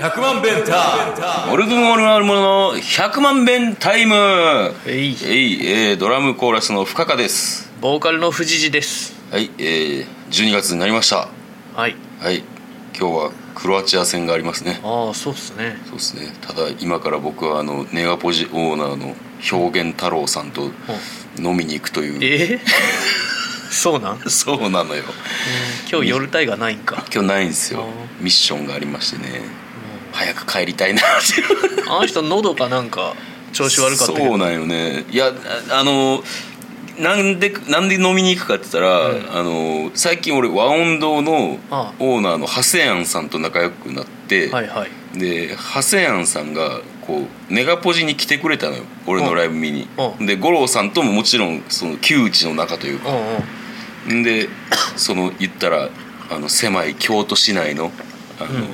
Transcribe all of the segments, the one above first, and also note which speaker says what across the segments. Speaker 1: 100万弁タモルグモールあるものの100万弁タイム
Speaker 2: えい
Speaker 1: えい、えードラムコーラスの深川です
Speaker 2: ボーカルの藤次です
Speaker 1: はい、えー、12月になりました
Speaker 2: はい
Speaker 1: はい今日はクロアチア戦がありますね
Speaker 2: ああそうっすね
Speaker 1: そうですねただ今から僕はあのネガポジオーナーの表現太郎さんと飲みに行くという
Speaker 2: え ーそうなん
Speaker 1: そうなのよ
Speaker 2: 今日夜帯がないんか
Speaker 1: 今日ないんですよ
Speaker 2: あ
Speaker 1: ミッションがありましてね早く帰りたいなっていう
Speaker 2: あの人喉かなんか調子悪かったけ
Speaker 1: そう
Speaker 2: ど
Speaker 1: なんよねいやああのなんでなんで飲みに行くかって言ったら、
Speaker 2: うん
Speaker 1: あの最近俺和音堂の
Speaker 2: ああ
Speaker 1: オーナーのハセアンさんと仲良くなって、
Speaker 2: はいはい
Speaker 1: でハセアンさんがこうネガポジに来てくれたのよ俺のライブ見に
Speaker 2: う
Speaker 1: で五郎さんとももちろんその旧知の仲という
Speaker 2: う
Speaker 1: か
Speaker 2: んうん
Speaker 1: んでその言ったらあの狭い京都市内のあの、
Speaker 2: うん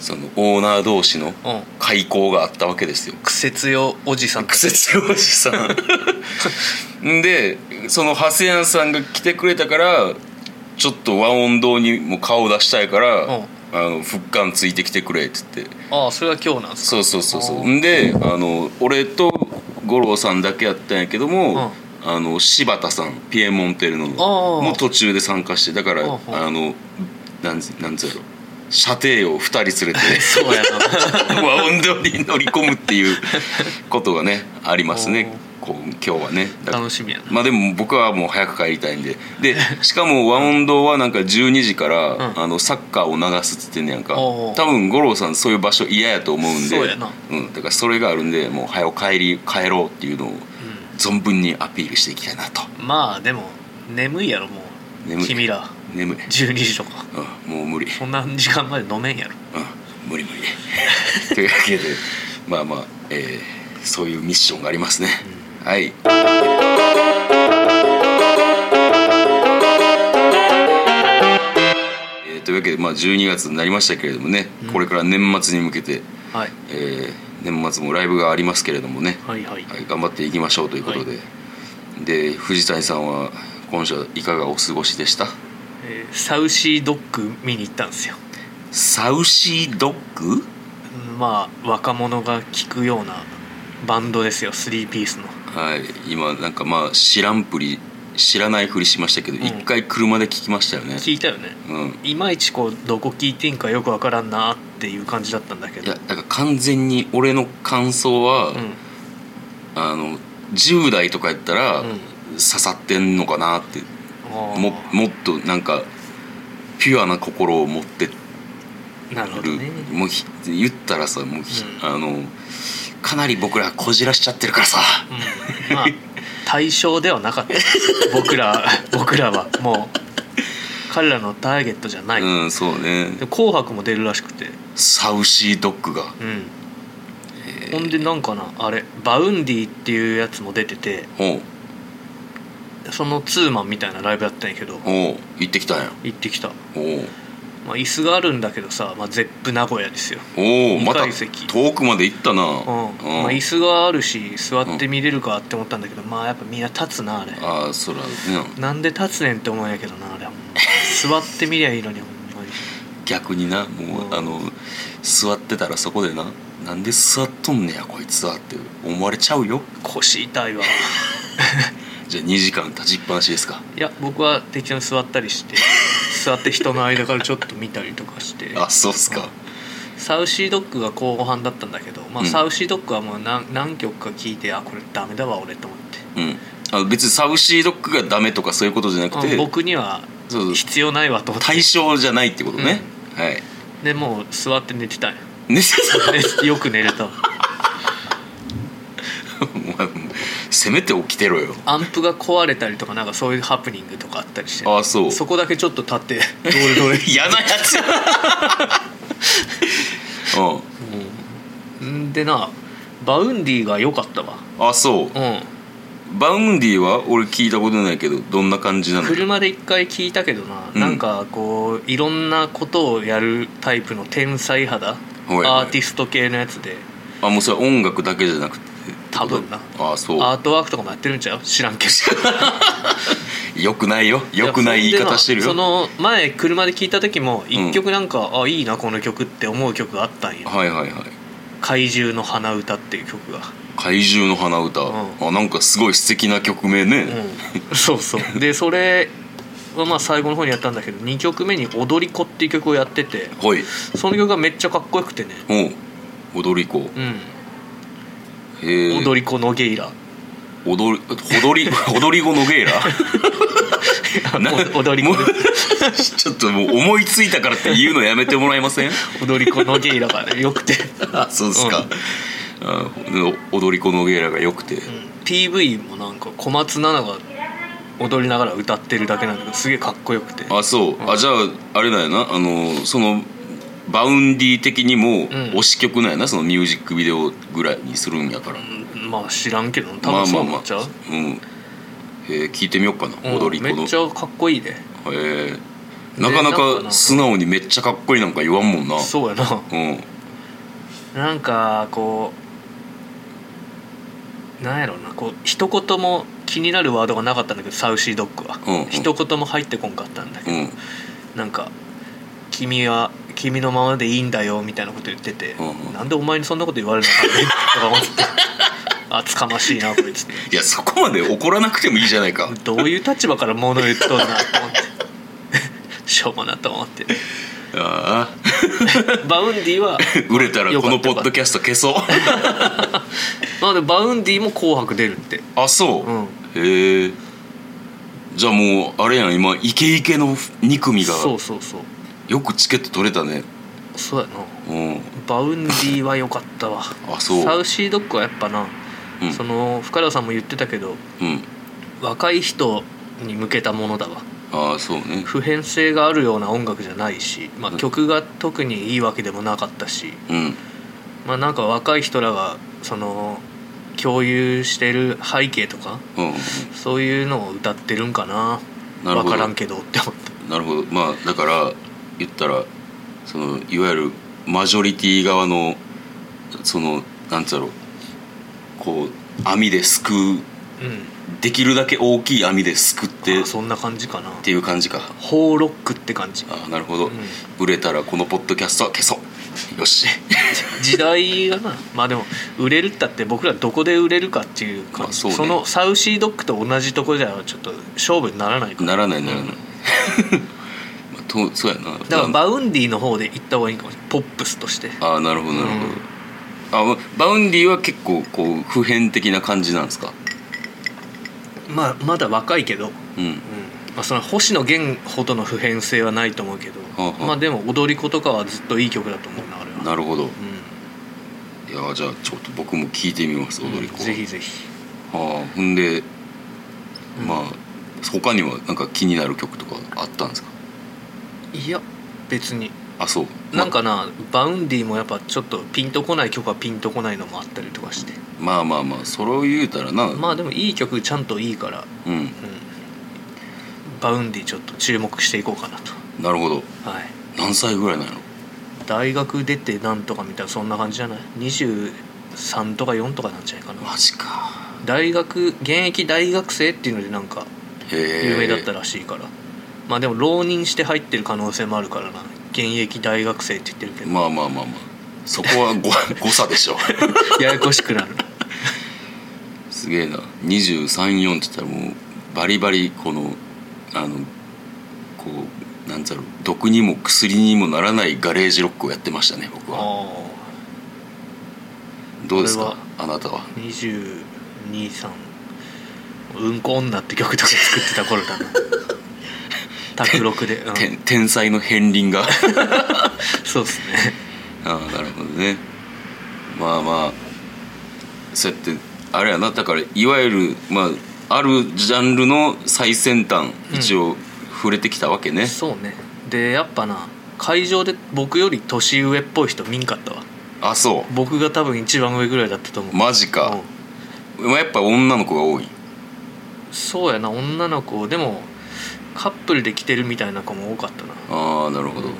Speaker 1: そのオーナー同士の
Speaker 2: うん
Speaker 1: 開口があったわけですよ
Speaker 2: 苦節用おじさんた
Speaker 1: ク
Speaker 2: ち
Speaker 1: セ強いさんでそのハセヤンさんが来てくれたからちょっと和音堂にも顔出したいから、
Speaker 2: うん
Speaker 1: あの復刊ついてきてくれって言って
Speaker 2: ああそれは今日なんですか
Speaker 1: そうそうそうそ
Speaker 2: あ
Speaker 1: う
Speaker 2: ー
Speaker 1: んであの俺と五郎さんだけやったんやけども、あの柴田さんピエモンテルの
Speaker 2: あー
Speaker 1: も途中で参加してだから
Speaker 2: あ
Speaker 1: あ
Speaker 2: ー
Speaker 1: のなんつなんつうやろ射程を2人 連れて
Speaker 2: そうや な
Speaker 1: 和音堂に乗り込むっていうことが ねありますねこう今日はねだ
Speaker 2: 楽しみやな
Speaker 1: まあでも僕はもう早く帰りたいんで でしかも和音堂はなんか12時から、
Speaker 2: ん
Speaker 1: あのサッカーを流すっつってんねやんか
Speaker 2: おうお
Speaker 1: 多
Speaker 2: う
Speaker 1: 分五郎さんそういう場所嫌やと思うんで
Speaker 2: そうやな
Speaker 1: うん、だからそれがあるんでもう早く帰り帰ろうっていうのを存分にアピールしていきたいなと
Speaker 2: まあでも眠いやろもう
Speaker 1: 眠い
Speaker 2: 君ら
Speaker 1: 眠い、
Speaker 2: 12時とか
Speaker 1: うん、もう無理
Speaker 2: そんな時間まで飲めんやろ
Speaker 1: うん、無理無 理というわけでまあまあ、えーそういうミッションがありますね、はいえーというわけで、まあ、12月になりましたけれどもね、
Speaker 2: うん
Speaker 1: これから年末に向けて、
Speaker 2: はい
Speaker 1: えー年末もライブがありますけれどもね、
Speaker 2: はいはい
Speaker 1: はい頑張っていきましょうということで、で藤谷さんは今週はいかがお過ごしでした
Speaker 2: えーサウシードッグ見に行ったんですよ
Speaker 1: サウシードッグ
Speaker 2: うんまあ若者が聴くようなバンドですよ3ピースの
Speaker 1: はい、今なんかまあ知らんぷり知らないふりしましたけど
Speaker 2: うん
Speaker 1: 一、回車で聞きましたよね
Speaker 2: 聞いたよね
Speaker 1: うん
Speaker 2: いまいちこうどこ聞いてんかよくわからんなっていう感じだったんだけ
Speaker 1: い
Speaker 2: ど
Speaker 1: やだから完全に俺の感想は、
Speaker 2: うん
Speaker 1: あの10代とかやったら、
Speaker 2: うん
Speaker 1: 刺さってんのかなって
Speaker 2: あー
Speaker 1: ももっとなんかピュアな心を持って
Speaker 2: なるほど
Speaker 1: る、
Speaker 2: ね
Speaker 1: もうひ言ったらさもうひ、
Speaker 2: うん
Speaker 1: あのかなり僕らこじらしちゃってるからさ
Speaker 2: うんまあ対象ではなかった 僕ら僕らはもう彼らのターゲットじゃない、
Speaker 1: うんそうね
Speaker 2: で紅白も出るらしくて
Speaker 1: サウシードッグが
Speaker 2: うんほんでなんかなあれバウンディっていうやつも出てて
Speaker 1: おう
Speaker 2: そのツーマンみたいなライブやったんやけど
Speaker 1: おう行ってきたんや
Speaker 2: 行ってきた
Speaker 1: おう
Speaker 2: まあ、椅子があるんだけどさ、まあ、ゼップ名古屋ですよ、
Speaker 1: おお
Speaker 2: 二
Speaker 1: また
Speaker 2: 階席
Speaker 1: 遠くまで行ったな、
Speaker 2: うんまあ、椅子があるし座って見れるかって思ったんだけど、まあやっぱみんな立つなあれ
Speaker 1: ああそらね
Speaker 2: なんで立つねんって思うんやけどなあれはもう座ってみりゃいいのにほんまに
Speaker 1: 逆になもう、
Speaker 2: うん
Speaker 1: あの座ってたらそこでななんで座っとんねやこいつはって思われちゃうよ
Speaker 2: 腰痛いわ
Speaker 1: じゃあ2時間立ちっぱなしですか
Speaker 2: いや僕は適当に座ったりして座って人の間からちょっと見たりとかして
Speaker 1: あそうっすか
Speaker 2: サウシードッグが後半だったんだけど、まあ、
Speaker 1: うん
Speaker 2: サウシードッグはもう何何曲か聴いてあこれダメだわ俺と思って
Speaker 1: うんあの別にサウシードッグがダメとかそういうことじゃなく
Speaker 2: う
Speaker 1: て
Speaker 2: ん僕には
Speaker 1: そうそう
Speaker 2: 必要ないわと思って
Speaker 1: 対象じゃないってことね、はい
Speaker 2: でもう座って寝てたんよ
Speaker 1: ねそ
Speaker 2: ね よく寝れたわ
Speaker 1: うお前せめて起きてろよ
Speaker 2: アンプが壊れたりとかなんかそういうハプニングとかあったりして
Speaker 1: ああそう
Speaker 2: そこだけちょっと立ってどれ どれ、
Speaker 1: 嫌なやつうん
Speaker 2: うん、でなバウンディが良かったわ
Speaker 1: あそう
Speaker 2: うん
Speaker 1: バウンディは俺聞いたことないけどどんな感じなの
Speaker 2: 車で一回聞いたけどな、
Speaker 1: うん
Speaker 2: なんかこういろんなことをやるタイプの天才肌ア
Speaker 1: いはい
Speaker 2: ーティスト系のやつで
Speaker 1: あもうそれは音楽だけじゃなくて
Speaker 2: 多分な
Speaker 1: あそう
Speaker 2: アートワークとかもやってるんちゃう知らんけど
Speaker 1: よくないよよくない言い方してるよ
Speaker 2: その前車で聞いた時も一曲なんか、あいいなこの曲って思う曲があったんや
Speaker 1: はいはいはい
Speaker 2: 「怪獣の花歌」っていう曲が、
Speaker 1: 怪獣の花歌、
Speaker 2: う
Speaker 1: あなんかすごい素敵な曲名ね、
Speaker 2: うん、そうそうでそれはまあ最後の方にやったんだけど2曲目に「踊り子」っていう曲をやってて
Speaker 1: はい
Speaker 2: その曲がめっちゃかっこよくてね
Speaker 1: おう踊り子
Speaker 2: うん
Speaker 1: へえ
Speaker 2: 踊り子のゲイラ
Speaker 1: 踊り踊り踊り子のゲイラな
Speaker 2: お踊り
Speaker 1: も
Speaker 2: 子
Speaker 1: う ちょっともう思いついたからって言うのやめてもらえません
Speaker 2: 踊り子のゲイラがねよくて
Speaker 1: あそうですか、あお踊り子のゲイラがよくて、
Speaker 2: うん PV もなんか小松菜奈が踊りながら歌ってるだけなんだけどすげえかっこよくて
Speaker 1: あそう、あじゃああれだよなあのそのバウンディ的にも推し曲なんやな、そのミュージックビデオぐらいにするんやから、
Speaker 2: うんまあ知らんけど多分そうなっちゃう、
Speaker 1: うんえー聞いてみようかな、
Speaker 2: うん
Speaker 1: 踊り子の
Speaker 2: めっちゃかっこいいね
Speaker 1: えーなかなか素直にめっちゃかっこいいなんか言わんもんなう
Speaker 2: そうやな
Speaker 1: ん
Speaker 2: なんかこうなんやろうなこう一言も気になるワードがなかったんだけどサウシードッグは、
Speaker 1: うんうん
Speaker 2: 一言も入ってこんかったんだけ
Speaker 1: う
Speaker 2: ど、
Speaker 1: ん
Speaker 2: なんか「君は君のままでいいんだよ」みたいなこと言ってて、
Speaker 1: うんうん
Speaker 2: なんでお前にそんなこと言われなかったのとか思 って厚かましいなこいつって
Speaker 1: いやそこまで怒らなくてもいいじゃないか
Speaker 2: どういう立場から物言っとんなと思って しょうもなと思って
Speaker 1: ああ
Speaker 2: バウンデ ィは
Speaker 1: 売れたらこのポッドキャスト消 そう
Speaker 2: なのでバウンディも「紅白」出るって
Speaker 1: あそう、
Speaker 2: うん
Speaker 1: へえじゃあもうあれやん今イケイケの2組が
Speaker 2: そうそうそう
Speaker 1: よくチケット取れたね
Speaker 2: そうやな
Speaker 1: うん
Speaker 2: バウンディは良かったわ
Speaker 1: あそう
Speaker 2: サウシードッグはやっぱな、
Speaker 1: うん
Speaker 2: その深田さんも言ってたけど
Speaker 1: うん
Speaker 2: 若い人に向けたものだわ
Speaker 1: ああそうね
Speaker 2: 普遍性があるような音楽じゃないし、まあ、
Speaker 1: うん
Speaker 2: 曲が特にいいわけでもなかったし、
Speaker 1: うん
Speaker 2: まあ、なんか若い人らがその共有してる背景とか
Speaker 1: うん
Speaker 2: そういうのを歌ってるんかな
Speaker 1: なるほど
Speaker 2: 分からんけどって思った
Speaker 1: なるほどまあだから言ったらそのいわゆるマジョリティ側のそのなんつうだろうこう網ですくう
Speaker 2: うん
Speaker 1: できるだけ大きい網ですくってっ
Speaker 2: あそんな感じかな
Speaker 1: ていう感じか
Speaker 2: ホーロックって感じ
Speaker 1: あなるほど、
Speaker 2: うん
Speaker 1: 売れたらこのポッドキャストは消そうよし
Speaker 2: 時代がなまあでも売れるったって僕らどこで売れるかっていう感じ、
Speaker 1: まあそ
Speaker 2: そう
Speaker 1: ね
Speaker 2: のサウシードッグと同じとこじゃちょっと勝負にならないから
Speaker 1: ならないなら
Speaker 2: う
Speaker 1: なんい、 まあとそうやな
Speaker 2: だから
Speaker 1: ま
Speaker 2: バウンディの方で行った方がいいかもしれないポップスとして
Speaker 1: ああなるほどなるほど、あバウンディは結構こう普遍的な感じなんですか
Speaker 2: まあまだ若いけど、うん
Speaker 1: うん
Speaker 2: まあ、その星野源ほどの普遍性はないと思うけど、
Speaker 1: はあはあ
Speaker 2: まあでも踊り子とかはずっといい曲だと思うなあれは
Speaker 1: なるほど
Speaker 2: う
Speaker 1: いやーじゃあちょっと僕も聞いてみます
Speaker 2: ん
Speaker 1: 踊り子、
Speaker 2: ぜひぜひ
Speaker 1: はあほんで、まあ他にはなんか気になる曲とかあったんですか
Speaker 2: いや別に
Speaker 1: あそう
Speaker 2: なんかな、バウンディもやっぱちょっとピンとこない曲はピンとこないのもあったりとかして
Speaker 1: まあまあまあそれを言うたらな、
Speaker 2: まあでもいい曲ちゃんといいから、
Speaker 1: うん
Speaker 2: うん、バウンディちょっと注目していこうかなと
Speaker 1: なるほど
Speaker 2: はい
Speaker 1: 何歳ぐらいなの
Speaker 2: 大学出てなんとかみたいなそんな感じじゃない23とか4とかなんじゃないかな
Speaker 1: マジか
Speaker 2: 大学現役大学生っていうのでなんか
Speaker 1: へえ
Speaker 2: 有名だったらしいから、まあでも浪人して入ってる可能性もあるからな現役大学生って言ってるけど、
Speaker 1: まあまあまあまあそこはご誤差でしょ
Speaker 2: ややこしくなる
Speaker 1: すげえな234って言ったらもうバリバリこのあのこうなんだろう毒にも薬にもならないガレージロックをやってましたね僕は
Speaker 2: あ
Speaker 1: どうですか
Speaker 2: こ
Speaker 1: あなたは
Speaker 2: あ223うんこ女って曲とか作ってた頃 だな卓録で、うん、
Speaker 1: 天天才の片鱗 が
Speaker 2: そうっすね
Speaker 1: ああなるほどねまあまあそうやってあれやなだからいわゆる、まあ、あるジャンルの最先端
Speaker 2: うん
Speaker 1: 一応触れてきたわけね、
Speaker 2: そうねでやっぱな会場で僕より年上っぽい人見んかったわ
Speaker 1: あそ
Speaker 2: 僕が多分一番上ぐらいだったと思う
Speaker 1: うマジ
Speaker 2: う
Speaker 1: か
Speaker 2: ん、
Speaker 1: まあ、やっぱ女の子が多い
Speaker 2: そうやな女の子でもカップルで来てるみたいな子も多かったな
Speaker 1: ああなるほど、
Speaker 2: うん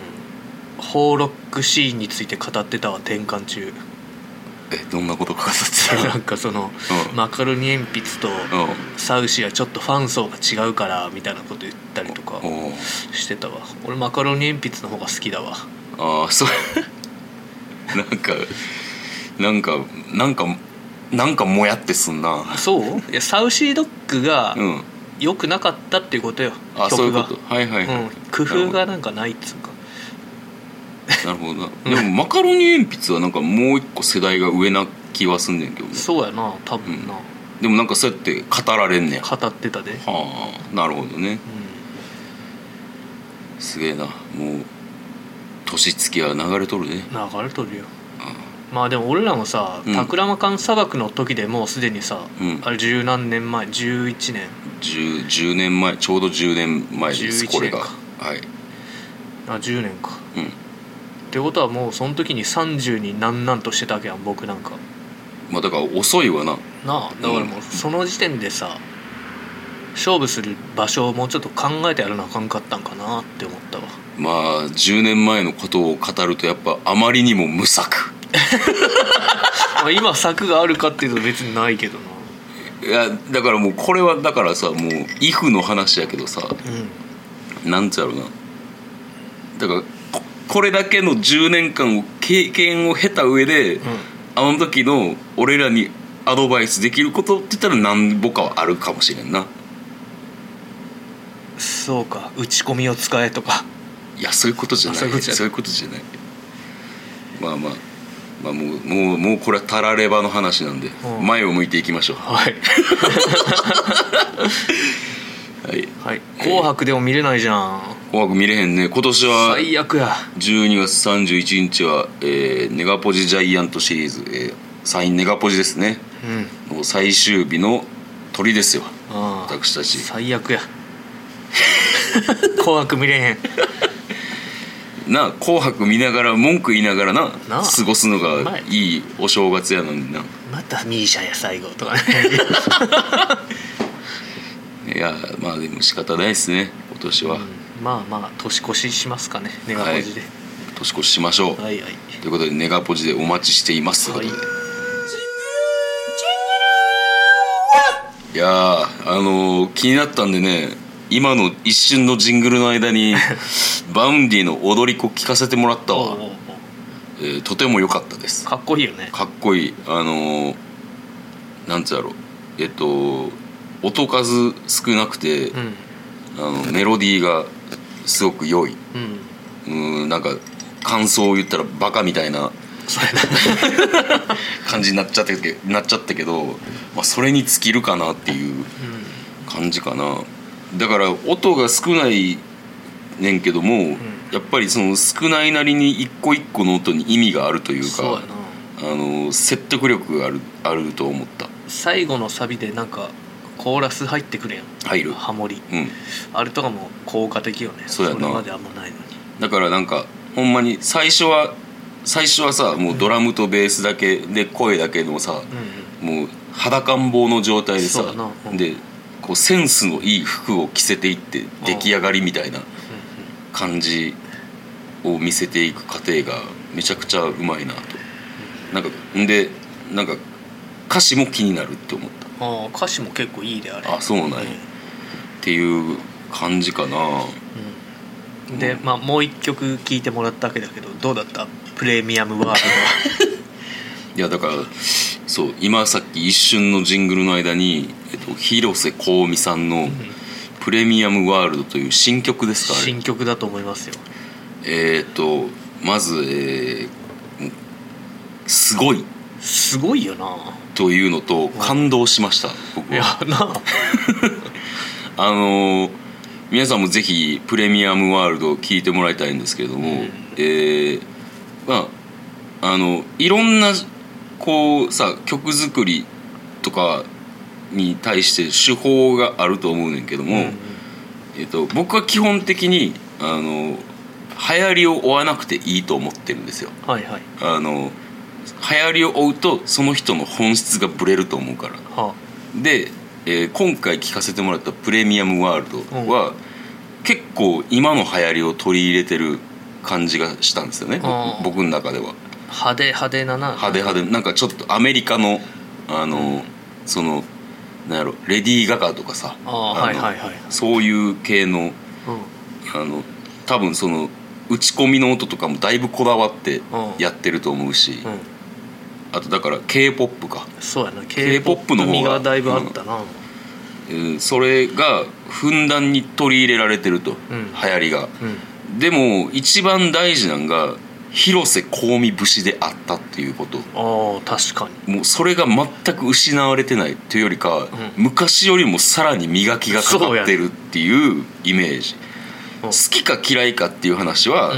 Speaker 2: ホーロックシーンについて語ってたわ転換中
Speaker 1: えどんなことかかってた
Speaker 2: なんかその、
Speaker 1: うん
Speaker 2: マカロニ鉛筆と
Speaker 1: の
Speaker 2: サウシはちょっとファン層が違うからみたいなこと言ったりとか
Speaker 1: うんおう
Speaker 2: してたわ俺マカロニ鉛筆の方が好きだわ
Speaker 1: ああそう なんかなんかなんかなんかもやってすんな
Speaker 2: そういやサウシードッグが
Speaker 1: うん
Speaker 2: 良くなかったっていうことよ、
Speaker 1: あそうい
Speaker 2: 曲
Speaker 1: うこ
Speaker 2: が
Speaker 1: とはいはい、はい
Speaker 2: うん、工夫がなんかないっつうか
Speaker 1: なるほどなでもマカロニ鉛筆はなんかもう一個世代が上な気はすんねんけどね
Speaker 2: そうやな多分な、
Speaker 1: でもなんかそうやって語られんねやは
Speaker 2: 語ってたで、うん、
Speaker 1: あなるほどねすげえなもう年月は流れとるね
Speaker 2: 流れとるよ
Speaker 1: あ
Speaker 2: まあでも俺らもさ
Speaker 1: うん
Speaker 2: タクラマカン砂漠の時でもうすでにさ、
Speaker 1: うん
Speaker 2: あれ十何年前11年
Speaker 1: 10, 10年前ちょうど10年前です
Speaker 2: 11
Speaker 1: これが
Speaker 2: 年
Speaker 1: はい
Speaker 2: あ10年かっ
Speaker 1: うん
Speaker 2: てことはもうその時に30になんなんとしてたわけやん僕なんか
Speaker 1: まあだから遅いわな
Speaker 2: なあだからもうその時点でさ勝負する場所をもうちょっと考えてやらなあかんかったんかなって思ったわ
Speaker 1: まあ10年前のことを語るとやっぱあまりにも無策
Speaker 2: まあ今策があるかっていうと別にないけどない
Speaker 1: やだからもうこれはだからさもう「イフ」の話やけどさ
Speaker 2: うん
Speaker 1: なんちゃうなだからここれだけの10年間を経験を経た上で、あの時の俺らにアドバイスできることって言ったら何ぼかはあるかもしれんな
Speaker 2: うんそうか打ち込みを使えとか
Speaker 1: いやそういうことじゃない
Speaker 2: あそういうことじゃない
Speaker 1: そういうことじゃないまあまあまあもうもうもうこれはたらればの話なんで、
Speaker 2: うん
Speaker 1: 前を向いていきましょう
Speaker 2: はい
Speaker 1: はい
Speaker 2: はい「紅白」でも見れないじゃん
Speaker 1: 「紅白」見れへんね今年は
Speaker 2: 最悪や
Speaker 1: 12月31日は、えーネガポジジャイアントシリーズ、えーサインネガポジですね
Speaker 2: うん
Speaker 1: の最終日の鳥ですよ
Speaker 2: ああ
Speaker 1: 私たち
Speaker 2: 最悪や 紅白見れへん
Speaker 1: なあ紅白見ながら文句言いながらな
Speaker 2: なあ
Speaker 1: 過ごすの
Speaker 2: う
Speaker 1: が
Speaker 2: まい
Speaker 1: いいお正月やのにな
Speaker 2: またミーシャや最後と かね
Speaker 1: いやまあでも仕方ないですね今年は、
Speaker 2: うんまあまあ年越ししますかねネガポジで
Speaker 1: 年越ししましょう、
Speaker 2: はいはい
Speaker 1: ということでネガポジでお待ちしています、
Speaker 2: はい
Speaker 1: ということでいやーあのー気になったんでね今の一瞬のジングルの間 にバウンディの踊り子聞かせてもらった
Speaker 2: おう
Speaker 1: わ
Speaker 2: おうおう
Speaker 1: えーとても良かったです
Speaker 2: かっこいいよね
Speaker 1: かっこいいあのーなんつうやろえっと音数少なくて、
Speaker 2: うん
Speaker 1: あのメロディーがすごく良い
Speaker 2: うん
Speaker 1: うんなんか感想を言ったらバカみたいな
Speaker 2: それな
Speaker 1: 感じになっちゃってけなっちゃったけど、まあ、それに尽きるかなっていう感じかなだから音が少ないねんけども、やっぱりその少ないなりに一個一個の音に意味があるといううんか
Speaker 2: そうやな
Speaker 1: あの説得力があるあると思った
Speaker 2: 最後のサビでなんかコーラス入ってくるやん
Speaker 1: 入る
Speaker 2: ハモリ
Speaker 1: うん
Speaker 2: あれとかも効果的よね
Speaker 1: そうやな
Speaker 2: れまであんまないのに
Speaker 1: だからなんかほんまに最初は最初はさもうドラムとベースだけで声だけのさ、
Speaker 2: うんうん
Speaker 1: もう裸ん坊の状態で
Speaker 2: そう
Speaker 1: さ
Speaker 2: だなうん
Speaker 1: でこうセンスのいい服を着せていって出来上がりみたいな感じを見せていく過程がめちゃくちゃうまいなとなんかんでなんか歌詞も気になるって思ったっ
Speaker 2: うんうんああ歌詞も結構いいであれ
Speaker 1: あそうなんやていう感じかな
Speaker 2: うんうんで、まあ、もう一曲聴いてもらったわけだけどどうだったプレミアム ワール
Speaker 1: いやだからそう今さっき一瞬のジングルの間に、えっと、広瀬香美さんの
Speaker 2: ドは
Speaker 1: 「プレミアムワールド」という新曲ですかあれ
Speaker 2: 新曲だと思いますよ
Speaker 1: えー、とまず、えーすごい
Speaker 2: すごいよな
Speaker 1: というのと感動しました僕
Speaker 2: いや
Speaker 1: は
Speaker 2: なあ
Speaker 1: あのー皆さんもぜひ「プレミアムワールド」を聞いてもらいたいんですけれども、
Speaker 2: うん
Speaker 1: えーまああのいろんなこうさ曲作りとかに対して手法があると思うねんけども、
Speaker 2: うん
Speaker 1: えー、と僕は基本的にあの流行りを追わなくていいと思ってるんですよ。
Speaker 2: はいはい
Speaker 1: あの流行りを追うとその人の本質がブレると思うから
Speaker 2: は
Speaker 1: で、えー今回聞かせてもらった「プレミアムワールドは」結構今の流行りを取り入れてる感じがしたんですよね僕
Speaker 2: あー
Speaker 1: 僕の中では
Speaker 2: あ派手派手なな
Speaker 1: 派手派手なんかちょっとアメリカのあの、そのなんやろレディー・ガガとかさ
Speaker 2: ああ
Speaker 1: の
Speaker 2: はいはいはい
Speaker 1: そういう系の
Speaker 2: う
Speaker 1: あの多分その打ち込みの音とかもだいぶこだわって
Speaker 2: うん
Speaker 1: やってると思うし、
Speaker 2: ん、うん、
Speaker 1: あとだから k p o p か、
Speaker 2: そうやな
Speaker 1: K-POP の方が
Speaker 2: 味がだいぶあったな、
Speaker 1: うん、それがふんだんに取り入れられてると、
Speaker 2: うん
Speaker 1: 流行りが
Speaker 2: うん
Speaker 1: でも一番大事なんが広瀬香美節であったっていうこと
Speaker 2: ああ確かに
Speaker 1: もうそれが全く失われてないというよりか、
Speaker 2: う
Speaker 1: 昔よりもさらに磨きがかかってるっていうイメージ、
Speaker 2: うん
Speaker 1: 好きか嫌いかっていう話は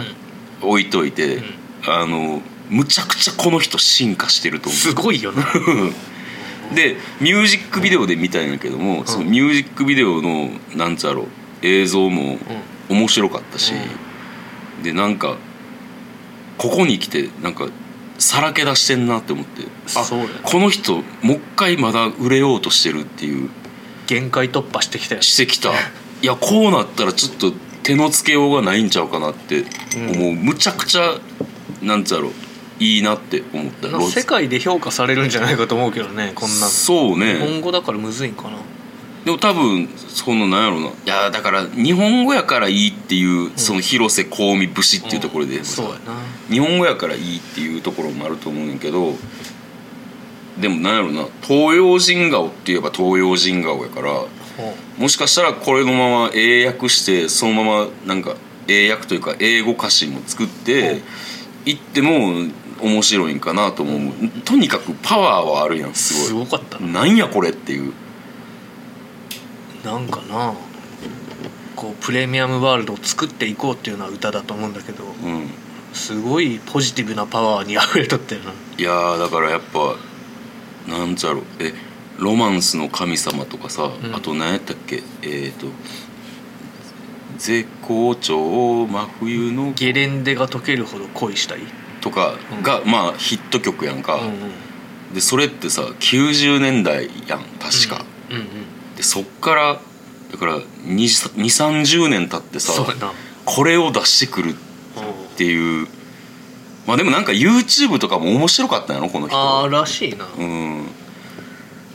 Speaker 1: 置いといて、
Speaker 2: うん
Speaker 1: あのむちゃくちゃこの人進化してると思
Speaker 2: すごいよな
Speaker 1: う でミュージックビデオで見たんやけども、そのミュージックビデオのなんつうやろう映像も面白かったし、でなんかここに来てなんかさらけ出してんなって思ってあ
Speaker 2: そうだよ
Speaker 1: この人もう一回まだ売れようとしてるっていう
Speaker 2: 限界突破してきたよ
Speaker 1: して きたいやこうなったらちょっと手のつけようがないんちゃうかなって思う、むちゃくちゃなんつうやろいいなって思った
Speaker 2: な世界で評価されるんじゃないかと思うけどねこんなの
Speaker 1: そうね
Speaker 2: 日本語だからむずいんかな
Speaker 1: でも多分そのなんやろうないやだから日本語やからいいっていう、その広瀬香美節っていうところで、
Speaker 2: んそうやな
Speaker 1: 日本語やからいいっていうところもあると思うんやけどでもなんやろうな東洋人顔って言えば東洋人顔やからもしかしたらこれのまま英訳してそのままなんか英訳というか英語歌詞も作っていっても面白いんかなと思う、とにかくパワーはあるやんす
Speaker 2: す
Speaker 1: ごい
Speaker 2: ごかったな
Speaker 1: なんやこれっていう
Speaker 2: なんかなこうプレミアムワールドを作っていこうっていうのは歌だと思うんだけど
Speaker 1: うん
Speaker 2: すごいポジティブなパワーにあふれとったよない
Speaker 1: やーだからやっぱなんちゃろえロマンスの神様とかさ、
Speaker 2: うん
Speaker 1: あと何やったっけえっ、ー、と絶好調真冬の
Speaker 2: ゲレンデが溶けるほど恋したい、
Speaker 1: とかが、まあヒット曲やんか、
Speaker 2: うんうん、
Speaker 1: でそれってさ90年代やん確か、
Speaker 2: うんうん
Speaker 1: でそっからだから230年経ってさ
Speaker 2: そうやな
Speaker 1: これを出してくるっていうまあでもなんか YouTube とかも面白かったんやろこの人
Speaker 2: ああらしいな
Speaker 1: うん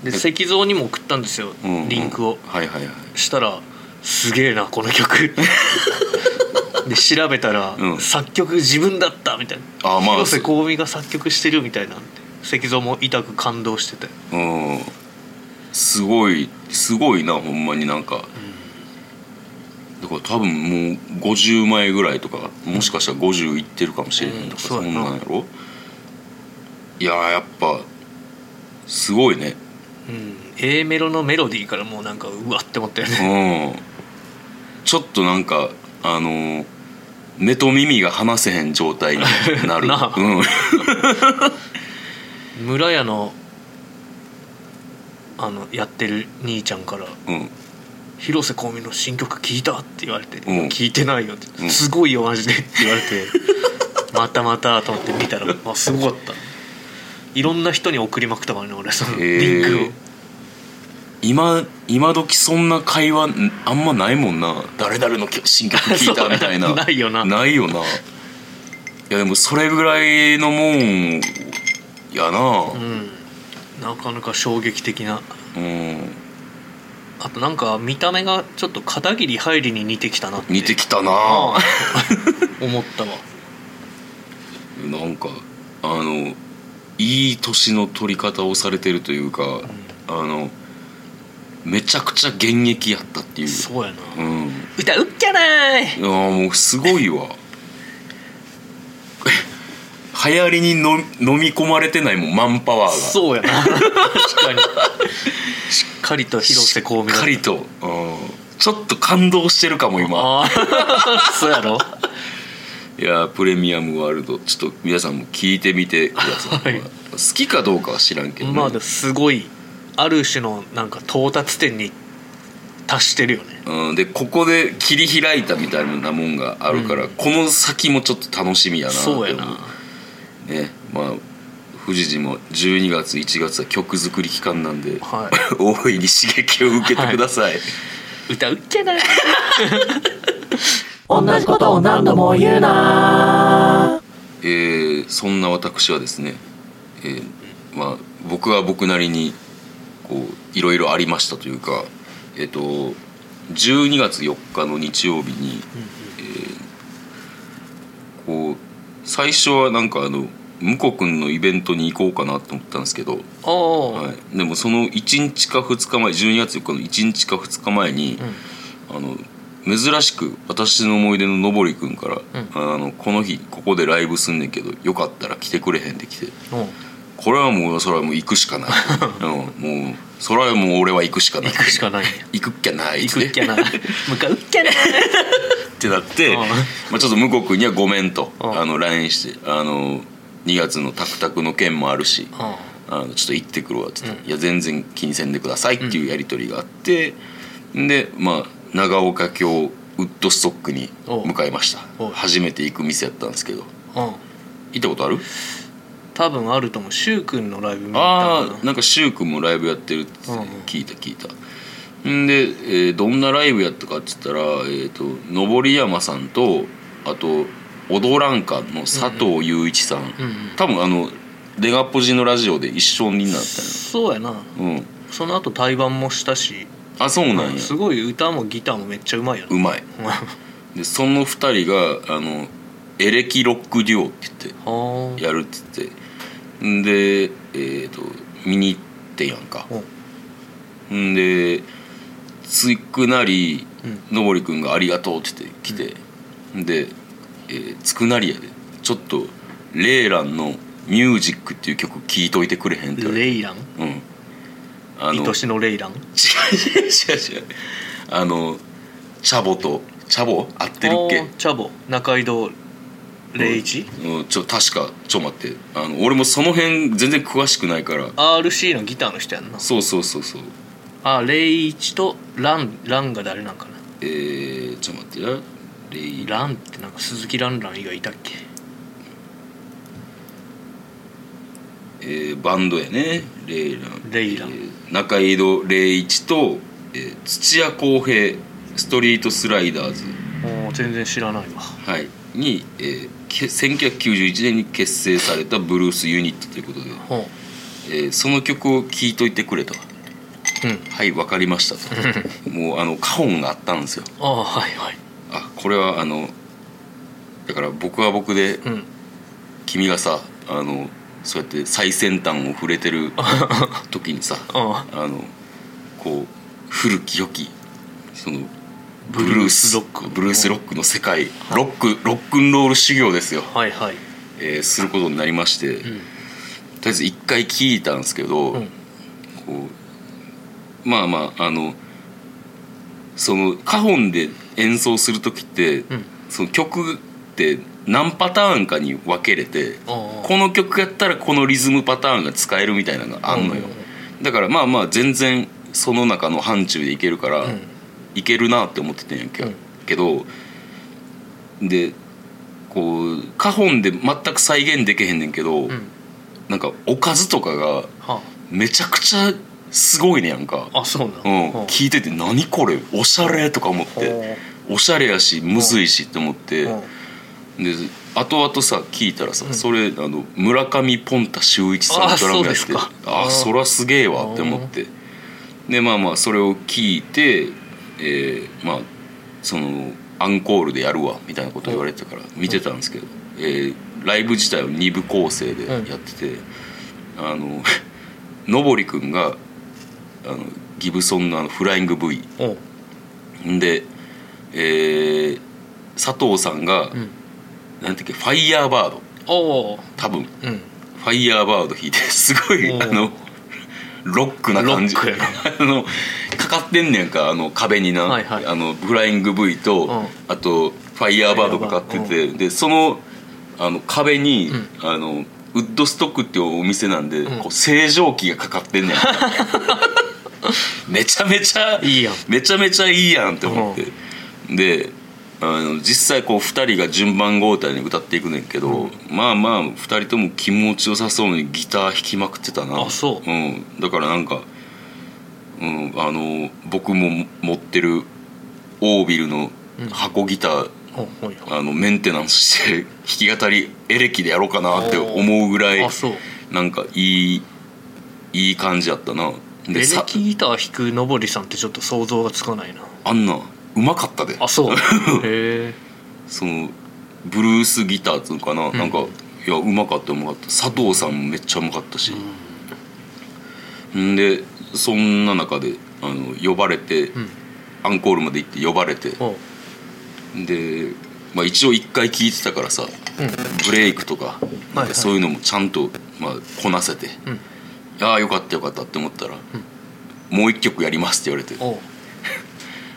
Speaker 2: で石像にも送ったんですよ、
Speaker 1: うんうん
Speaker 2: リンクを
Speaker 1: はいはいはい
Speaker 2: したら「すげえなこの 曲」で調べたら、
Speaker 1: うん
Speaker 2: 作曲自分だったみたいな
Speaker 1: あまあ
Speaker 2: 広瀬香美が作曲してるみたいなんで石像も痛く感動してて
Speaker 1: うんすごいすごいなほんまになんか、だから多分もう50枚ぐらいとかもしかしたら50いってるかもしれへんとか、
Speaker 2: うん
Speaker 1: そ
Speaker 2: そうや
Speaker 1: ん
Speaker 2: な
Speaker 1: なんやろいやーやっぱすごいね
Speaker 2: うん A メロのメロディーからもうなんかうわって思ったよね
Speaker 1: うんちょっとなんかあのー目と耳が離せへん状態になる
Speaker 2: なあ
Speaker 1: うん、
Speaker 2: 村屋のあのやってる兄ちゃんから
Speaker 1: うん、
Speaker 2: 「広瀬香美の新曲聞いた?」って言われて「
Speaker 1: ん
Speaker 2: 聞いてないよ」って「
Speaker 1: うん
Speaker 2: すごいよマジで」って言われて 「またまた」と思って見 たら、まあ、すごかったいろんな人に送りまくったからね俺そのリンクを
Speaker 1: へえ今今時そんな会話んあんまないもんな誰々の曲新曲聞いたみたい
Speaker 2: そ
Speaker 1: な
Speaker 2: うないよな
Speaker 1: ないよないやでもそれぐらいのもんやな
Speaker 2: うんなかなか衝撃的な
Speaker 1: うん、
Speaker 2: あとなんか見た目がちょっと片桐入りに似てきたなって
Speaker 1: 似てきたな
Speaker 2: あ あ思ったわ
Speaker 1: なんかあのいい年の取り方をされてるというか、あのめちゃくちゃ現役やったっていう
Speaker 2: そうや
Speaker 1: う
Speaker 2: な
Speaker 1: ん
Speaker 2: 歌うっきゃない
Speaker 1: いやもうすごいわ 流行りにの飲み込まれてないもんマンパワーが
Speaker 2: そうやな 確かにしっかりと広瀬香美
Speaker 1: しっかりと、うん、ちょっと感動してるかも今
Speaker 2: ああ そうやろ
Speaker 1: いやプレミアムワールドちょっと皆さんも聞いてみてください、
Speaker 2: はい
Speaker 1: 好きかどうかは知らんけど、ね
Speaker 2: まあでもすごいある種のなんか到達点に達してるよね
Speaker 1: うん、でここで切り開いたみたいなもんがあるから、この先もちょっと楽しみやなって思
Speaker 2: そうやな
Speaker 1: ねまあ富士も12月1月は曲作り期間なんで
Speaker 2: は
Speaker 1: 大いに刺激を受けてください、
Speaker 2: い歌うっき ゃない
Speaker 3: 同じことを何度も言うな
Speaker 1: えーそんな私はですね、えーまあ、僕は僕なりにこういろいろありましたというか、えっと12月4日の日曜日に、こう最初はなんかあの向こう君のイベントに行こうかなと思ったんですけど、
Speaker 2: ああ、
Speaker 1: はい、でもその1日か2日前12月4日の1日か2日前に、あの珍しく私の思い出ののぼりくんから、あのこの日ここでライブすんねんけどよかったら来てくれへん」って来て
Speaker 2: うん、
Speaker 1: これはもうそれはもう行くしか ない、うん、もうそれはもう俺は行くしかない
Speaker 2: 行くしかないんや
Speaker 1: 行くっきゃない
Speaker 2: 行くっきゃ な向かうっきゃな
Speaker 1: ってなって、
Speaker 2: うん
Speaker 1: まあ、ちょっと向こう君にはごめんと、
Speaker 2: うん
Speaker 1: あの LINE してあの2月のタクタクの件もあるし、
Speaker 2: あ
Speaker 1: あのちょっと行ってくるわって言って、いや全然気にせんでください」っていうやり取りがあって、でまあ長岡京ウッドストックに向かいました
Speaker 2: おうおう
Speaker 1: 初めて行く店やったんですけど
Speaker 2: あ うん
Speaker 1: 行ったことある
Speaker 2: 多分あると思う柊君のライブ見に行った
Speaker 1: あ
Speaker 2: ん
Speaker 1: あ
Speaker 2: だ
Speaker 1: なんか柊君もライブやってるって
Speaker 2: うんうん
Speaker 1: 聞いた聞いたんで、えーどんなライブやったかっつったら、えー、と上山さんとあと踊らんかの佐藤雄一さん、
Speaker 2: うんうん
Speaker 1: 多分あの出がっぽじのラジオで一緒になった
Speaker 2: そうやな
Speaker 1: ようん
Speaker 2: その後対バンもしたし
Speaker 1: あそうなんや
Speaker 2: すごい歌もギターもめっちゃうまいよ
Speaker 1: う
Speaker 2: な
Speaker 1: まい
Speaker 2: うんは
Speaker 1: でその2人があのエレキロックデュオって言っ
Speaker 2: あ
Speaker 1: てやるって言ってんで、えー、と見に行ってんやんか
Speaker 2: うん
Speaker 1: んでつくなり
Speaker 2: うん
Speaker 1: のぼりくんが「ありがとう」って言って来て、で、えーつくなりやでちょっとレイランの「ミュージック」っていう曲聴いといてくれへんって言われて
Speaker 2: レイラン
Speaker 1: うんあの違う
Speaker 2: 愛しのレイラン
Speaker 1: 違う違う違うあのチャボとチャボ合ってるっけ
Speaker 2: あーチャボ中井戸レイジ
Speaker 1: うん、ちょ確かちょっと待ってあの俺もその辺全然詳しくないから
Speaker 2: RC のギターの人やんな
Speaker 1: そうそうそうそう
Speaker 2: あレイ一とランランが誰なんかな
Speaker 1: えー、ちょっと待ってなレイ
Speaker 2: ランってなんか鈴木ランラン以外いたっけ
Speaker 1: えーバンドやねレイラン
Speaker 2: レイラン
Speaker 1: えー中井戸礼一と、えー土屋康平ストリートスライダーズ、
Speaker 2: もう全然知らないわ
Speaker 1: はい、に、えーけ1991年に結成されたブルースユニットということで、
Speaker 2: ほう
Speaker 1: えーその曲を聴いといてくれと「
Speaker 2: うん
Speaker 1: はいわかりました」ともうあのカ音があったんですよ
Speaker 2: ああはいはい
Speaker 1: あこれはあのだから僕は僕で
Speaker 2: うん
Speaker 1: 君がさあのそうやって最先端を触れて る時にさ
Speaker 2: あ
Speaker 1: あのこう古き良きその
Speaker 2: ブルースロック
Speaker 1: ブルースロックの世界ロックロックンロール修行ですよ、
Speaker 2: あはいはい
Speaker 1: えーすることになりまして、と
Speaker 2: う
Speaker 1: り
Speaker 2: ん
Speaker 1: あえず一回聞いたんですけど、
Speaker 2: うん
Speaker 1: こうまあまああのそのカホンで演奏する時って、
Speaker 2: うん
Speaker 1: その曲って何パターンかに分けれて
Speaker 2: あ
Speaker 1: この曲やったらこのリズムパターンが使えるみたいなのがあんのよ、だからまあまあ全然その中の範疇でいけるから、
Speaker 2: あうん
Speaker 1: いけるなって思ってたんやけ,、
Speaker 2: うん
Speaker 1: けどでこうカホンで全く再現できへんねんけど、
Speaker 2: うん
Speaker 1: なんかおかずとかが
Speaker 2: は
Speaker 1: めちゃくちゃすごいねやんか、
Speaker 2: ああそうな
Speaker 1: うんん、
Speaker 2: はあ
Speaker 1: 聞いてて「何これおしゃれ!」とか思って
Speaker 2: ほ
Speaker 1: おしゃれやしむずいしって思って。
Speaker 2: ううん
Speaker 1: で後々さ聞いたらさ、
Speaker 2: うん
Speaker 1: それあの村上ポンタ秀一さんの
Speaker 2: あ
Speaker 1: ドラムやって
Speaker 2: そうですか
Speaker 1: あ
Speaker 2: あ
Speaker 1: あそらすげえわって思ってでまあまあそれを聞いて、えーまあそのアンコールでやるわみたいなこと言われてたから見てたんですけど、えーライブ自体を2部構成でやってて、あの のぼりくんがあのギブソンのあのフライング V
Speaker 2: おう
Speaker 1: で、えー佐藤さんが、
Speaker 2: うん
Speaker 1: なんていうっけファイヤーバード
Speaker 2: おう
Speaker 1: 多分
Speaker 2: うん
Speaker 1: ファイヤーバード弾いて すごい
Speaker 2: おう
Speaker 1: あのロックな感じ
Speaker 2: ロックや
Speaker 1: あのかかってんねやんかあの壁にな、
Speaker 2: はいはい
Speaker 1: あのフライング V と、
Speaker 2: うん
Speaker 1: あとファイヤーバードかかって
Speaker 2: ファイ
Speaker 1: て、でそのあの壁に、
Speaker 2: うん
Speaker 1: あのウッドストックっていうお店なんで、
Speaker 2: ん
Speaker 1: こう正常期がかかって んねやんめちゃめちゃ
Speaker 2: いいやん
Speaker 1: めちゃめちゃいいやんって思って、であの実際こう2人が順番交代に歌っていくねんけど、まあまあ2人とも気持ちよさそうにギター弾きまくってたな、
Speaker 2: あそう
Speaker 1: ん、だからなんか、うん、あの僕も持ってるオービルの箱ギター
Speaker 2: ほうほいほい
Speaker 1: あのメンテナンスして弾き語りエレキでやろうかなって思うぐらい
Speaker 2: あそう
Speaker 1: なんかいいいい感じやったな
Speaker 2: エレ
Speaker 1: でさ
Speaker 2: キギター弾くのぼりさんってちょっと想像がつかないな
Speaker 1: あんなうまかったで
Speaker 2: あそうへえ
Speaker 1: そのブルースギターっつうのかな、
Speaker 2: うん
Speaker 1: なんかいやうまかったうまかった佐藤さんもめっちゃうまかったし、ん、でそんな中であの呼ばれて、
Speaker 2: うん
Speaker 1: アンコールまで行って呼ばれて
Speaker 2: おう
Speaker 1: で、まあ、一応一回聞いてたからさ
Speaker 2: うん
Speaker 1: ブレイクとか
Speaker 2: い
Speaker 1: なんかそういうのもちゃんと、まあ、こなせて、
Speaker 2: うん
Speaker 1: ああよかったよかったって思ったら、もう一曲やりますって言われて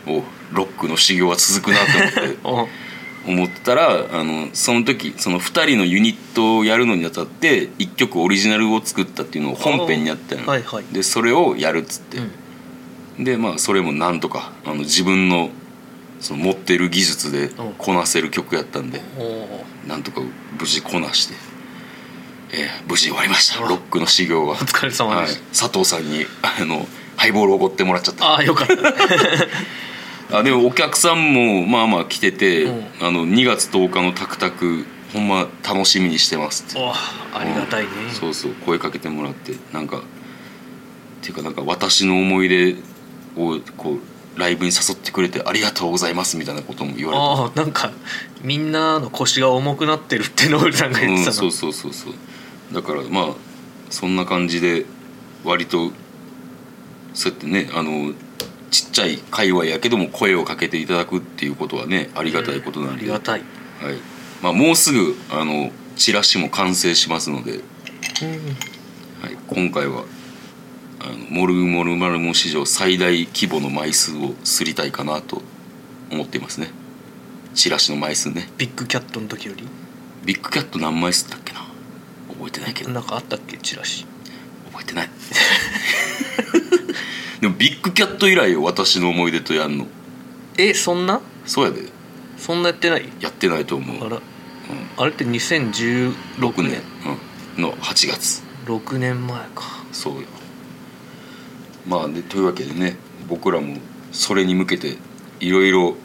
Speaker 2: おう
Speaker 1: おロックの修行は続くなって思って
Speaker 2: おう
Speaker 1: 思ってたらあのその時その2人のユニットをやるのにあたって1曲オリジナルを作ったっていうのを本編にやったの、
Speaker 2: はいはい
Speaker 1: でそれをやるっつって、
Speaker 2: うん
Speaker 1: でまあそれもなんとかあの自分のその持ってる技術で
Speaker 2: ん
Speaker 1: こなせる曲やったんで、
Speaker 2: おう
Speaker 1: なんとか無事こなして、えー無事終わりましたロックの修行は
Speaker 2: お疲れ様
Speaker 1: は
Speaker 2: で
Speaker 1: い
Speaker 2: した、
Speaker 1: 佐藤さんにあのハイボールおごってもらっちゃった
Speaker 2: ああ よかった
Speaker 1: あでもお客さんもまあまあ来てて、
Speaker 2: う
Speaker 1: あの2月10日のタクタクほんま楽しみにしてますって
Speaker 2: おうありがたいね
Speaker 1: うんそうそう声かけてもらってなんかっていうかなんか私の思い出をこうライブに誘ってくれてありがとうございますみたいなことも言わ
Speaker 2: ああなんかみんなの腰が重くなってるってノブリさんが
Speaker 1: れて、
Speaker 2: 言っ
Speaker 1: う
Speaker 2: て
Speaker 1: ん、
Speaker 2: た
Speaker 1: そ
Speaker 2: の、
Speaker 1: うそうそうそうだからまあそんな感じで割とそうやってねあのちっちゃい界隈やけども声をかけていただくっていうことはねありがたいことなん
Speaker 2: あ
Speaker 1: で、
Speaker 2: りがたい、
Speaker 1: はいまあ、もうすぐあのチラシも完成しますので、はい、今回はあのモルグモルマルモ史上最大規模の枚数をすりたいかなと思っていますねチラシの枚数ね
Speaker 2: ビッグキャットの時より
Speaker 1: ビッグキャット何枚すったっけな覚えてないけど
Speaker 2: なんかあったっけチラシ
Speaker 1: 覚えてない でもビッグキャット以来よ私の思い出とやんの
Speaker 2: えそんな
Speaker 1: そうやで
Speaker 2: そんなやってない
Speaker 1: やってないと思う
Speaker 2: あら
Speaker 1: うん
Speaker 2: あれって2016
Speaker 1: 6
Speaker 2: 年
Speaker 1: 年、うん、の8月
Speaker 2: 6年前か
Speaker 1: そうよまあねというわけでね僕らもそれに向けていろいろ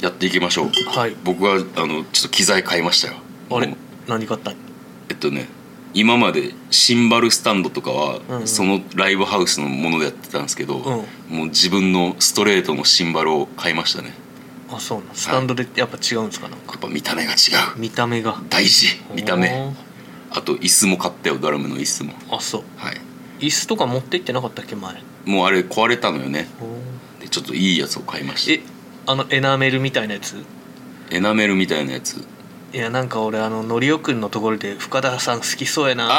Speaker 1: やっていきましょう
Speaker 2: はい
Speaker 1: 僕はあのちょっと機材買いましたよ
Speaker 2: あれ
Speaker 1: もう
Speaker 2: 何買ったん
Speaker 1: えっとね今までシンバルスタンドとかは、
Speaker 2: うんうん
Speaker 1: そのライブハウスのものでやってたんですけど、
Speaker 2: ん
Speaker 1: もう自分のストレートのシンバルを買いましたね
Speaker 2: あそうなのスタンドでやっぱ違うんですかなん
Speaker 1: や
Speaker 2: か
Speaker 1: っぱ見た目が違う
Speaker 2: 見た目が
Speaker 1: 大事見た目
Speaker 2: おー
Speaker 1: あと椅子も買ったよドラムの椅子も
Speaker 2: あそう
Speaker 1: はい
Speaker 2: 椅子とか持って行ってなかったっけ前
Speaker 1: もうあれ壊れたのよね
Speaker 2: おー
Speaker 1: でちょっといいやつを買いました
Speaker 2: えあのエナメルみたいなやつ
Speaker 1: エナメルみたいなやつ
Speaker 2: いやなんか俺あののりおくんのところで深田さん好きそうやな
Speaker 1: あ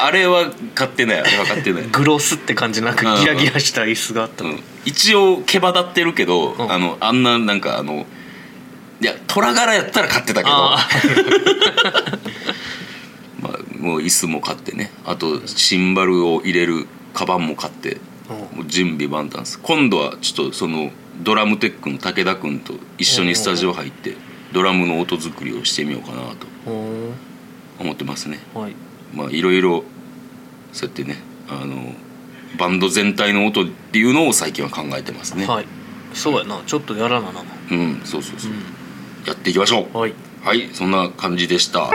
Speaker 1: ああれは買ってないあれは買ってない、
Speaker 2: グロスって感じなんか
Speaker 1: うん
Speaker 2: ギラギラした椅子があった
Speaker 1: うん一応毛羽立ってるけど、
Speaker 2: ん
Speaker 1: あのあんななんかあのいや虎柄やったら買ってたけど
Speaker 2: あ
Speaker 1: まあ、もう椅子も買ってねあとシンバルを入れるカバンも買って
Speaker 2: あ
Speaker 1: もう準備万端です今度はちょっとそのドラムテックの武田君と一緒にスタジオ入ってドラムの音作りをしてみようかなと
Speaker 2: うんお
Speaker 1: 思ってますね
Speaker 2: ーはい
Speaker 1: まあいろいろそうやってねあのバンド全体の音っていうのを最近は考えてますね、
Speaker 2: はいそうやなちょっとやらなな
Speaker 1: うんそうそうそう、やっていきましょう
Speaker 2: はい
Speaker 1: はいそんな感じでした、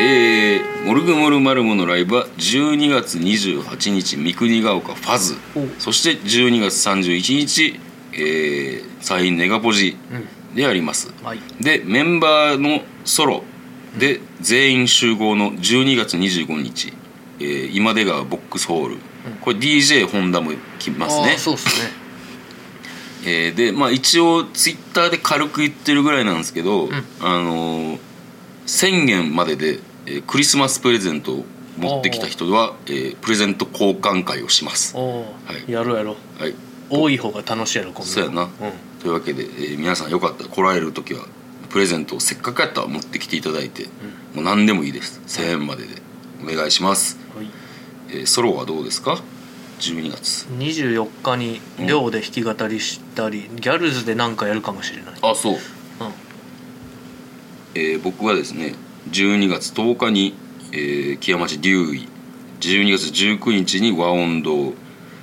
Speaker 1: えーモルグモルマルモ」のライブは12月28日三国ヶ丘ファズ
Speaker 2: お
Speaker 1: そして12月31日、えー、サインネガポジ
Speaker 2: うん
Speaker 1: であります、
Speaker 2: はい
Speaker 1: でメンバーのソロで全員集合の12月25日、えー今出川ボックスホールこれ DJ 本田も来ます
Speaker 2: あ
Speaker 1: ね
Speaker 2: ー、そうっすね
Speaker 1: えーでまあ一応ツイッターで軽く言ってるぐらいなんですけど、
Speaker 2: ん
Speaker 1: あのー1000円までで、えークリスマスプレゼントを持ってきた人は、えープレゼント交換会をします、
Speaker 2: お
Speaker 1: は
Speaker 2: お
Speaker 1: はい
Speaker 2: ーやろうやろう
Speaker 1: い、
Speaker 2: 多い方が楽しいやろこん
Speaker 1: そうやな
Speaker 2: う
Speaker 1: というわけで、えー皆さんよかったら来られる時はプレゼントをせっかくやったら持ってきていただいて、もう何でもいいです1000円まででお願いします、
Speaker 2: んはい
Speaker 1: えーソロはどうですか12月
Speaker 2: 24日に寮で弾き語りしたり、ギャルズでなんかやるかもしれない、
Speaker 1: あそう、
Speaker 2: う
Speaker 1: えー僕はですね12月10日に、えー木屋町竜医12月19日に和音堂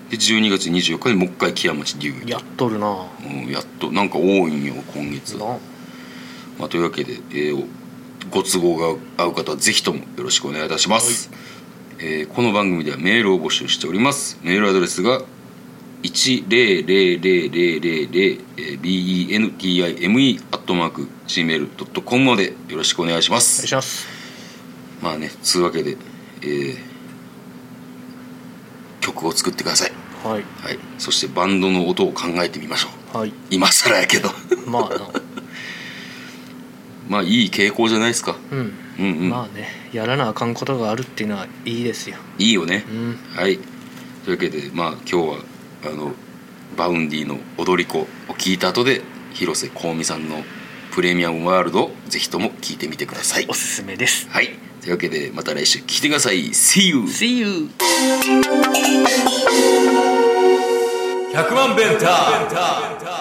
Speaker 1: で12月24日にもう一回木屋町竜
Speaker 2: やっとるな
Speaker 1: うんやっとなんか多いんよ今月
Speaker 2: な
Speaker 1: まあ、というわけで、えーご都合が合う方はぜひともよろしくお願いいたします、えーこの番組ではメールを募集しておりますメールアドレスが 10000bentime.gmail.com までよろしくお願いしま
Speaker 2: お願
Speaker 1: す
Speaker 2: いします
Speaker 1: まあねつうわけで、えー曲を作ってください、
Speaker 2: はい
Speaker 1: はい、そしてバンドの音を考えてみましょう
Speaker 2: はい
Speaker 1: 今更やけど
Speaker 2: まあな
Speaker 1: まあいい傾向じゃないですか
Speaker 2: うん、
Speaker 1: うんうん、
Speaker 2: まあねやらなあかんことがあるっていうのはいいですよ
Speaker 1: いいよね、
Speaker 2: うん
Speaker 1: はいというわけでまあ今日はあのバウンディの「踊り子」を聞いた後で広瀬香美さんの「プレミアムワールド」をぜひとも聞いてみてください
Speaker 2: おすすめです
Speaker 1: はいというわけでまた来週聞いてください See you!
Speaker 2: See you!
Speaker 3: 100万ベンター